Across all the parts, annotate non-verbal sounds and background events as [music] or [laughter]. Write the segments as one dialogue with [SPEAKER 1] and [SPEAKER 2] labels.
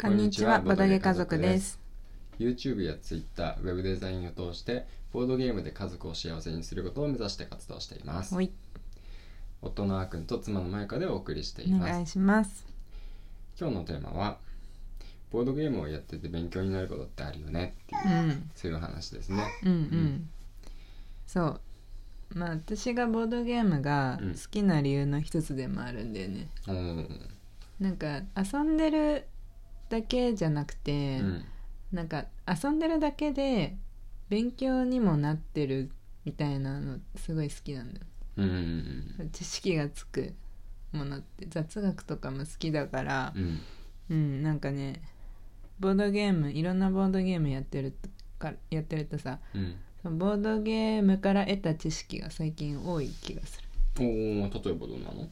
[SPEAKER 1] こんにちは、ボドゲ家族です。。
[SPEAKER 2] YouTube や Twitter、ウェブデザインを通して、ボードゲームで家族を幸せにすることを目指して活動しています
[SPEAKER 1] お。い、
[SPEAKER 2] 夫のあーくんと妻のまゆかでお送りしてい
[SPEAKER 1] お
[SPEAKER 2] ま
[SPEAKER 1] 願い
[SPEAKER 2] す。
[SPEAKER 1] します。
[SPEAKER 2] 今日のテーマは、ボードゲームをやってて勉強になることってあるよねっていうう、
[SPEAKER 1] ん、
[SPEAKER 2] そういう話ですね。
[SPEAKER 1] うん、うん。そう。まあ、私がボードゲームが
[SPEAKER 2] うん
[SPEAKER 1] 好きな理由の一つでもあるんだよね。
[SPEAKER 2] うん。うん。
[SPEAKER 1] なんか遊んでるだけじゃなくて、なんか遊んでるだけで勉強にもなってるみたいなのすごい好きなんだよ。
[SPEAKER 2] うん。うん。
[SPEAKER 1] 知識がつくものって雑学とかも好きだから。
[SPEAKER 2] うん。
[SPEAKER 1] うんなんかねボードゲームいろんなボードゲームやってるとかやってるとさ
[SPEAKER 2] うん。
[SPEAKER 1] そのボードゲームから得た知識が最近多い気がする
[SPEAKER 2] おー、例えばどんなの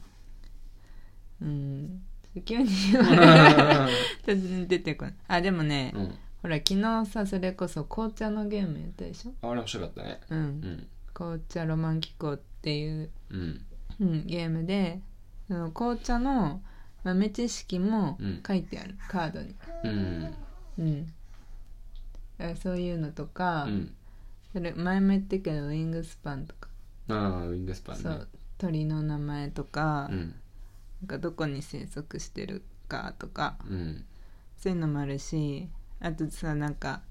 [SPEAKER 1] うん急に [laughs] 言われない突然出てこないあでもね、
[SPEAKER 2] うん。
[SPEAKER 1] ほら昨日さそれこそ紅茶のゲームやったでしょ
[SPEAKER 2] あれ面白かったね。
[SPEAKER 1] うん、
[SPEAKER 2] うん。
[SPEAKER 1] 紅茶ロマン機構っていう、
[SPEAKER 2] うん。
[SPEAKER 1] うん、ゲームでその紅茶の豆知識も
[SPEAKER 2] うん
[SPEAKER 1] 書いてある、カードに
[SPEAKER 2] うん。
[SPEAKER 1] うんあそういうのと
[SPEAKER 2] う
[SPEAKER 1] か、
[SPEAKER 2] ん。
[SPEAKER 1] それ前も言ってたけどウィングスパンとか、
[SPEAKER 2] ああ、ウィングスパンね。
[SPEAKER 1] そう鳥の名前とか,、
[SPEAKER 2] うん。
[SPEAKER 1] なんかどこに生息してるかとか
[SPEAKER 2] うん。
[SPEAKER 1] そういうのもあるしあとさなんか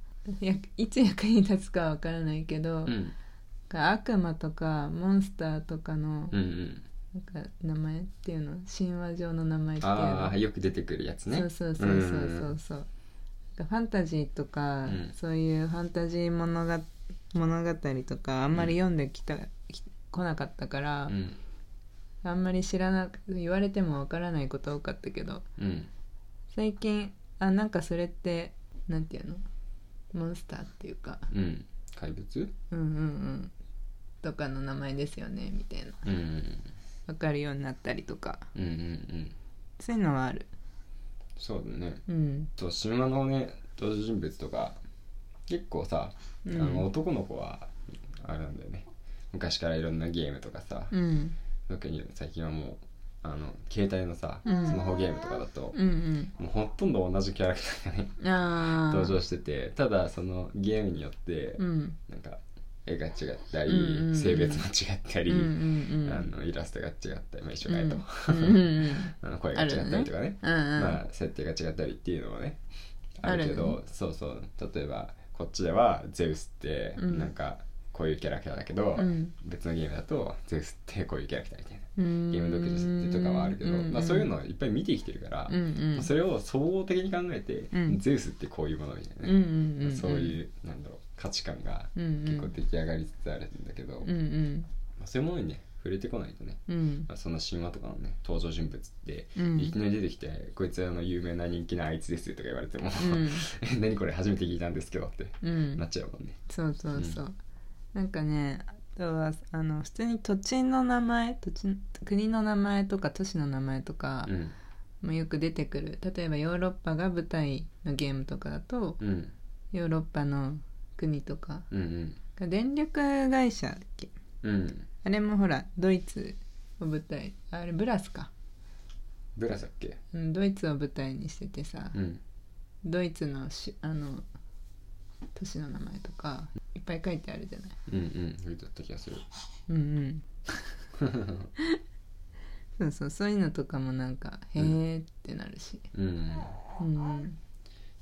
[SPEAKER 1] いやいつ役に立つかわからないけど、
[SPEAKER 2] うん。
[SPEAKER 1] なん、悪魔とかモンスターとかの
[SPEAKER 2] うんうん。
[SPEAKER 1] なんか名前っていうの神話上の名前っていう
[SPEAKER 2] あ
[SPEAKER 1] の
[SPEAKER 2] あ、よく出てくるやつね。
[SPEAKER 1] そうそうそうそうそうそうなんかファンタジーとか、
[SPEAKER 2] うん
[SPEAKER 1] そういうファンタジー物が物語とかあんまり読んできた、き来なかったから、
[SPEAKER 2] うん。
[SPEAKER 1] あんまり知らなく言われてもわからないこと多かったけど
[SPEAKER 2] うん。
[SPEAKER 1] 最近あなんかそれってなんていうのモンスターっていうか
[SPEAKER 2] うん。怪物
[SPEAKER 1] うんうんうんとかの名前ですよねみたいな
[SPEAKER 2] うん。
[SPEAKER 1] わかるようになったりとか
[SPEAKER 2] うんうんうん。
[SPEAKER 1] そういうのはある
[SPEAKER 2] そうだね。
[SPEAKER 1] うん
[SPEAKER 2] と、神話のね、登場人物とか、結構さ、あ
[SPEAKER 1] う
[SPEAKER 2] の
[SPEAKER 1] ん
[SPEAKER 2] 男の子は、あれなんだよね。昔からいろんなゲームとかさ、
[SPEAKER 1] うん
[SPEAKER 2] 特に最近はもう、あの、携帯のさ、
[SPEAKER 1] うん
[SPEAKER 2] スマホゲームとかだと、
[SPEAKER 1] うん
[SPEAKER 2] もうほとんど同じキャラクターがね、
[SPEAKER 1] うんああ
[SPEAKER 2] 登場してて、ただそのゲームによって、
[SPEAKER 1] うん
[SPEAKER 2] なんか絵が違ったり、
[SPEAKER 1] うんうんうん
[SPEAKER 2] 性別も違ったり、
[SPEAKER 1] うんうんうん
[SPEAKER 2] あのイラストが違ったり、まあ、一緒かいと、
[SPEAKER 1] うん
[SPEAKER 2] [laughs]
[SPEAKER 1] うんうんうん
[SPEAKER 2] あの声が違ったりとかね
[SPEAKER 1] うんうん
[SPEAKER 2] まあ、設定が違ったりっていうのはね
[SPEAKER 1] あ
[SPEAKER 2] あ
[SPEAKER 1] る
[SPEAKER 2] る
[SPEAKER 1] ね
[SPEAKER 2] けどそうそう例えばこっちではゼウスって
[SPEAKER 1] うん
[SPEAKER 2] なんかこういうキャラクターだけど、
[SPEAKER 1] うん
[SPEAKER 2] 別のゲームだとゼウスってこういうキャラクターみたいな
[SPEAKER 1] うん
[SPEAKER 2] ゲーム独自設定とかはあるけど、
[SPEAKER 1] うんん
[SPEAKER 2] まあ、そういうのをいっぱい見てきてるから、
[SPEAKER 1] うんうん
[SPEAKER 2] まあそれを総合的に考えて、
[SPEAKER 1] うん
[SPEAKER 2] ゼウスってこういうものみたいなね、
[SPEAKER 1] うんうんうん
[SPEAKER 2] そういうなんだろう価値観が
[SPEAKER 1] うんうん
[SPEAKER 2] 結構出来上がりつつあるんだけど、
[SPEAKER 1] うんうん
[SPEAKER 2] まあ、そういうものにね触れてこないとね、
[SPEAKER 1] うん
[SPEAKER 2] まあ、その神話とかのね登場人物って、
[SPEAKER 1] うん
[SPEAKER 2] いきなり出てきて「こいつあの有名な人気なあいつです」とか言われても「え [laughs] 何これ初めて聞いたんですけど」って
[SPEAKER 1] うん
[SPEAKER 2] なっちゃうもんね。
[SPEAKER 1] そうそうそう、なんかねあとはあの普通に土地の名前土地国の名前とか都市の名前とか
[SPEAKER 2] うん
[SPEAKER 1] もよく出てくる、例えばヨーロッパが舞台のゲームとかだと
[SPEAKER 2] うん
[SPEAKER 1] ヨーロッパの国とか
[SPEAKER 2] うん
[SPEAKER 1] 電力会社だっけ
[SPEAKER 2] うんうん
[SPEAKER 1] あれもほらドイツを舞台あれブラスか、
[SPEAKER 2] ブラスだっけ
[SPEAKER 1] うん、ドイツを舞台にしててさ、
[SPEAKER 2] うん
[SPEAKER 1] ドイツのしあの都市の名前とかいっぱい書いてあるじゃない
[SPEAKER 2] うんうんそうだった気がする。 [laughs]
[SPEAKER 1] うんうんそうそうそういうのとかもなんかへえってなるし
[SPEAKER 2] うん
[SPEAKER 1] うん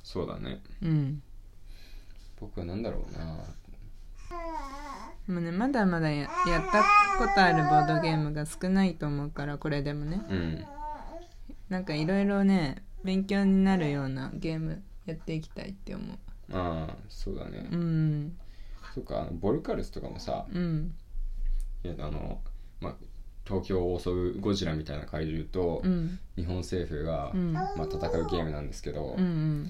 [SPEAKER 2] そうだね
[SPEAKER 1] うん
[SPEAKER 2] 僕はなんだろうな
[SPEAKER 1] でもねまだまだややったことあるボードゲームが少ないと思うからこれでもね
[SPEAKER 2] うん
[SPEAKER 1] なんかいろいろね勉強になるようなゲームやっていきたいって思う
[SPEAKER 2] ああそうだね、
[SPEAKER 1] うん
[SPEAKER 2] そっかあのボルカルスとかもさ、
[SPEAKER 1] うん
[SPEAKER 2] いやあの、まあ、東京を襲うゴジラみたいな怪獣と
[SPEAKER 1] うん
[SPEAKER 2] 日本政府が、
[SPEAKER 1] うん
[SPEAKER 2] まあ、戦うゲームなんですけど、
[SPEAKER 1] うんうん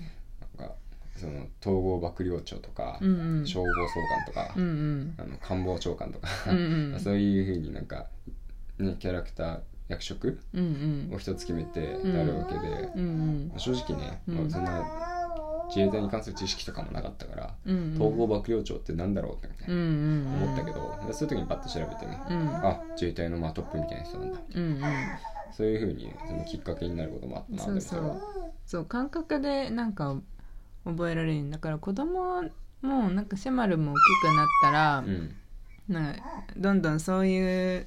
[SPEAKER 2] なんかその統合幕僚長とか、
[SPEAKER 1] うんうん
[SPEAKER 2] 消防総監とか、
[SPEAKER 1] うんうん
[SPEAKER 2] あの官房長官とか、
[SPEAKER 1] うんうん
[SPEAKER 2] [laughs] そういうふうになんか、ね、キャラクター役職
[SPEAKER 1] うんうん
[SPEAKER 2] を一つ決めて
[SPEAKER 1] ん
[SPEAKER 2] やるわけで、
[SPEAKER 1] うんうん
[SPEAKER 2] 正直ね、ま
[SPEAKER 1] うん
[SPEAKER 2] あ、そんな自衛隊に関する知識とかもなかったから、
[SPEAKER 1] うん
[SPEAKER 2] 統合幕僚長ってなんだろうって、
[SPEAKER 1] うんうん
[SPEAKER 2] 思ったけど、そういう時にパッと調べてね、
[SPEAKER 1] うん
[SPEAKER 2] あ自衛隊のまあトップみたいな人なんだ
[SPEAKER 1] うんうん
[SPEAKER 2] そういうふうにそのきっかけになることもあったな
[SPEAKER 1] そうそう
[SPEAKER 2] でも
[SPEAKER 1] そう感覚でなんか覚えられるんだから子供もなんかシェマルも大きくなったら、
[SPEAKER 2] それはうん
[SPEAKER 1] なんかどんどんそういう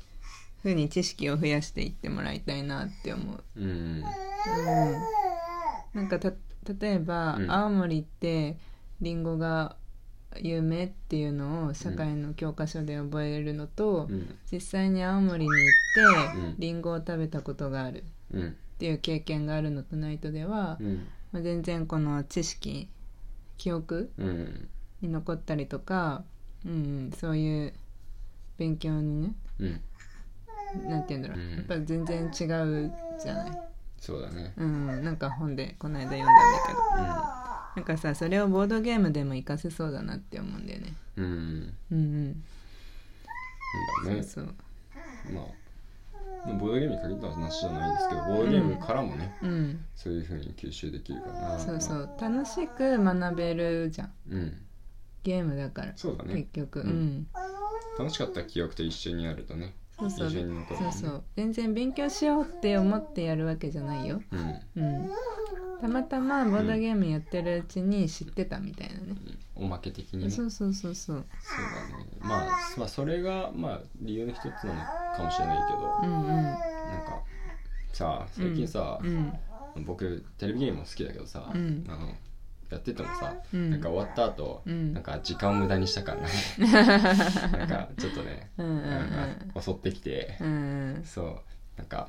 [SPEAKER 1] 風に知識を増やしていってもらいたいなって思う、
[SPEAKER 2] うん
[SPEAKER 1] うん、なんかた例えば、
[SPEAKER 2] うん
[SPEAKER 1] 青森ってリンゴが有名っていうのを社会の教科書で覚えるのと、
[SPEAKER 2] うん
[SPEAKER 1] 実際に青森に行って、
[SPEAKER 2] うん
[SPEAKER 1] リンゴを食べたことがあるっ
[SPEAKER 2] うん
[SPEAKER 1] ていう経験があるのとないとでは、
[SPEAKER 2] うん
[SPEAKER 1] まあ、全然この知識記憶
[SPEAKER 2] うん
[SPEAKER 1] に残ったりとか、うんうん、そういう勉強にね
[SPEAKER 2] うん
[SPEAKER 1] なんて言うんだろう、
[SPEAKER 2] うん
[SPEAKER 1] やっぱ全然違うじゃない
[SPEAKER 2] そうだね
[SPEAKER 1] うんなんか本でこの間読んだんだけど
[SPEAKER 2] う
[SPEAKER 1] なんかさそれをボードゲームでも活かせそうだなって思うんだよね
[SPEAKER 2] んうん
[SPEAKER 1] うんうん、
[SPEAKER 2] そうだね
[SPEAKER 1] そうそう
[SPEAKER 2] まあでもボードゲームに限った話じゃないんですけどボードゲームからもね
[SPEAKER 1] うん
[SPEAKER 2] そういうふうに吸収できるからな
[SPEAKER 1] そうそう楽しく学べるじゃん
[SPEAKER 2] うん
[SPEAKER 1] ゲームだから
[SPEAKER 2] そうだね
[SPEAKER 1] 結局う、
[SPEAKER 2] うんん楽しかった記憶と一緒にやるとね
[SPEAKER 1] そうそう
[SPEAKER 2] 一緒に残る
[SPEAKER 1] そう
[SPEAKER 2] よね
[SPEAKER 1] そう全然勉強しようって思ってやるわけじゃないよ
[SPEAKER 2] うん
[SPEAKER 1] うんたまたまボードゲームやってるうちに知ってたみたいなね、
[SPEAKER 2] おまけ的にね
[SPEAKER 1] そうそうそうそう
[SPEAKER 2] そうだね、まあ、そまあそれがまあ理由の一つなのかもしれないけ
[SPEAKER 1] う
[SPEAKER 2] ど、
[SPEAKER 1] んうん
[SPEAKER 2] なんかさ最近さ、
[SPEAKER 1] うん
[SPEAKER 2] 僕テレビゲームも好きだけどさ、
[SPEAKER 1] うん
[SPEAKER 2] あのやっててもさ、
[SPEAKER 1] うん
[SPEAKER 2] なんか終わった後、
[SPEAKER 1] うん
[SPEAKER 2] なんか時間を無駄にした
[SPEAKER 1] [laughs]
[SPEAKER 2] 感がねなんかちょっとね、
[SPEAKER 1] うんうんうん
[SPEAKER 2] なんか襲ってきて、
[SPEAKER 1] うん
[SPEAKER 2] そうなんか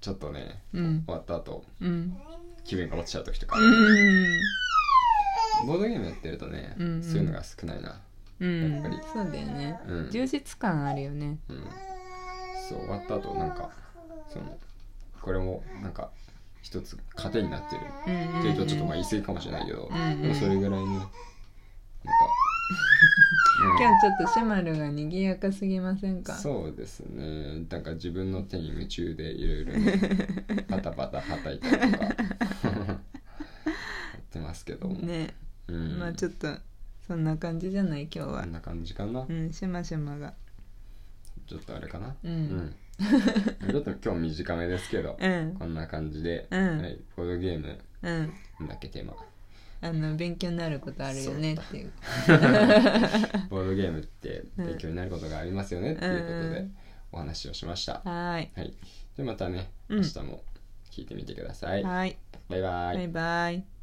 [SPEAKER 2] ちょっとね
[SPEAKER 1] うん
[SPEAKER 2] 終わった後
[SPEAKER 1] うん
[SPEAKER 2] 気分が落ちちゃう時とか、ボードゲームやってるとね、
[SPEAKER 1] うんうん
[SPEAKER 2] そういうのが少ないな、
[SPEAKER 1] うん
[SPEAKER 2] やっぱり
[SPEAKER 1] そうだよね、
[SPEAKER 2] うん
[SPEAKER 1] 充実感あるよね
[SPEAKER 2] うん、そう終わった後なんかそのこれもなんか一つ糧になってる
[SPEAKER 1] うんうん
[SPEAKER 2] って
[SPEAKER 1] う
[SPEAKER 2] い
[SPEAKER 1] ん
[SPEAKER 2] うとちょっとまあ言い過ぎかもしれないけど、
[SPEAKER 1] うんうん
[SPEAKER 2] でもそれぐらいねなんか、うん
[SPEAKER 1] 今日ちょっとシェマルが賑やかすぎませんか
[SPEAKER 2] そうですねなんか自分の手に夢中でいろいろねバタバタはたいたりとか [laughs] やってますけども、
[SPEAKER 1] ね、
[SPEAKER 2] うん
[SPEAKER 1] まあちょっとそんな感じじゃない今日
[SPEAKER 2] こ
[SPEAKER 1] は
[SPEAKER 2] んな感じかな、
[SPEAKER 1] うんシェマシェマが
[SPEAKER 2] ちょっとあれかな、
[SPEAKER 1] うん
[SPEAKER 2] うんちょっと今日短めですけど、
[SPEAKER 1] うん
[SPEAKER 2] こんな感じで、
[SPEAKER 1] うん
[SPEAKER 2] はい、ボードゲーム
[SPEAKER 1] うん
[SPEAKER 2] なんだっけテーマ
[SPEAKER 1] あの勉強になることあるよねっていう
[SPEAKER 2] ボードゲームって勉強になることがありますよねっていうこと
[SPEAKER 1] うんう
[SPEAKER 2] で
[SPEAKER 1] ん
[SPEAKER 2] お話をしました、
[SPEAKER 1] はーい
[SPEAKER 2] はい、でまたね
[SPEAKER 1] うん
[SPEAKER 2] 明日も聞いてみてください、
[SPEAKER 1] はい
[SPEAKER 2] バイバイ
[SPEAKER 1] バイバイ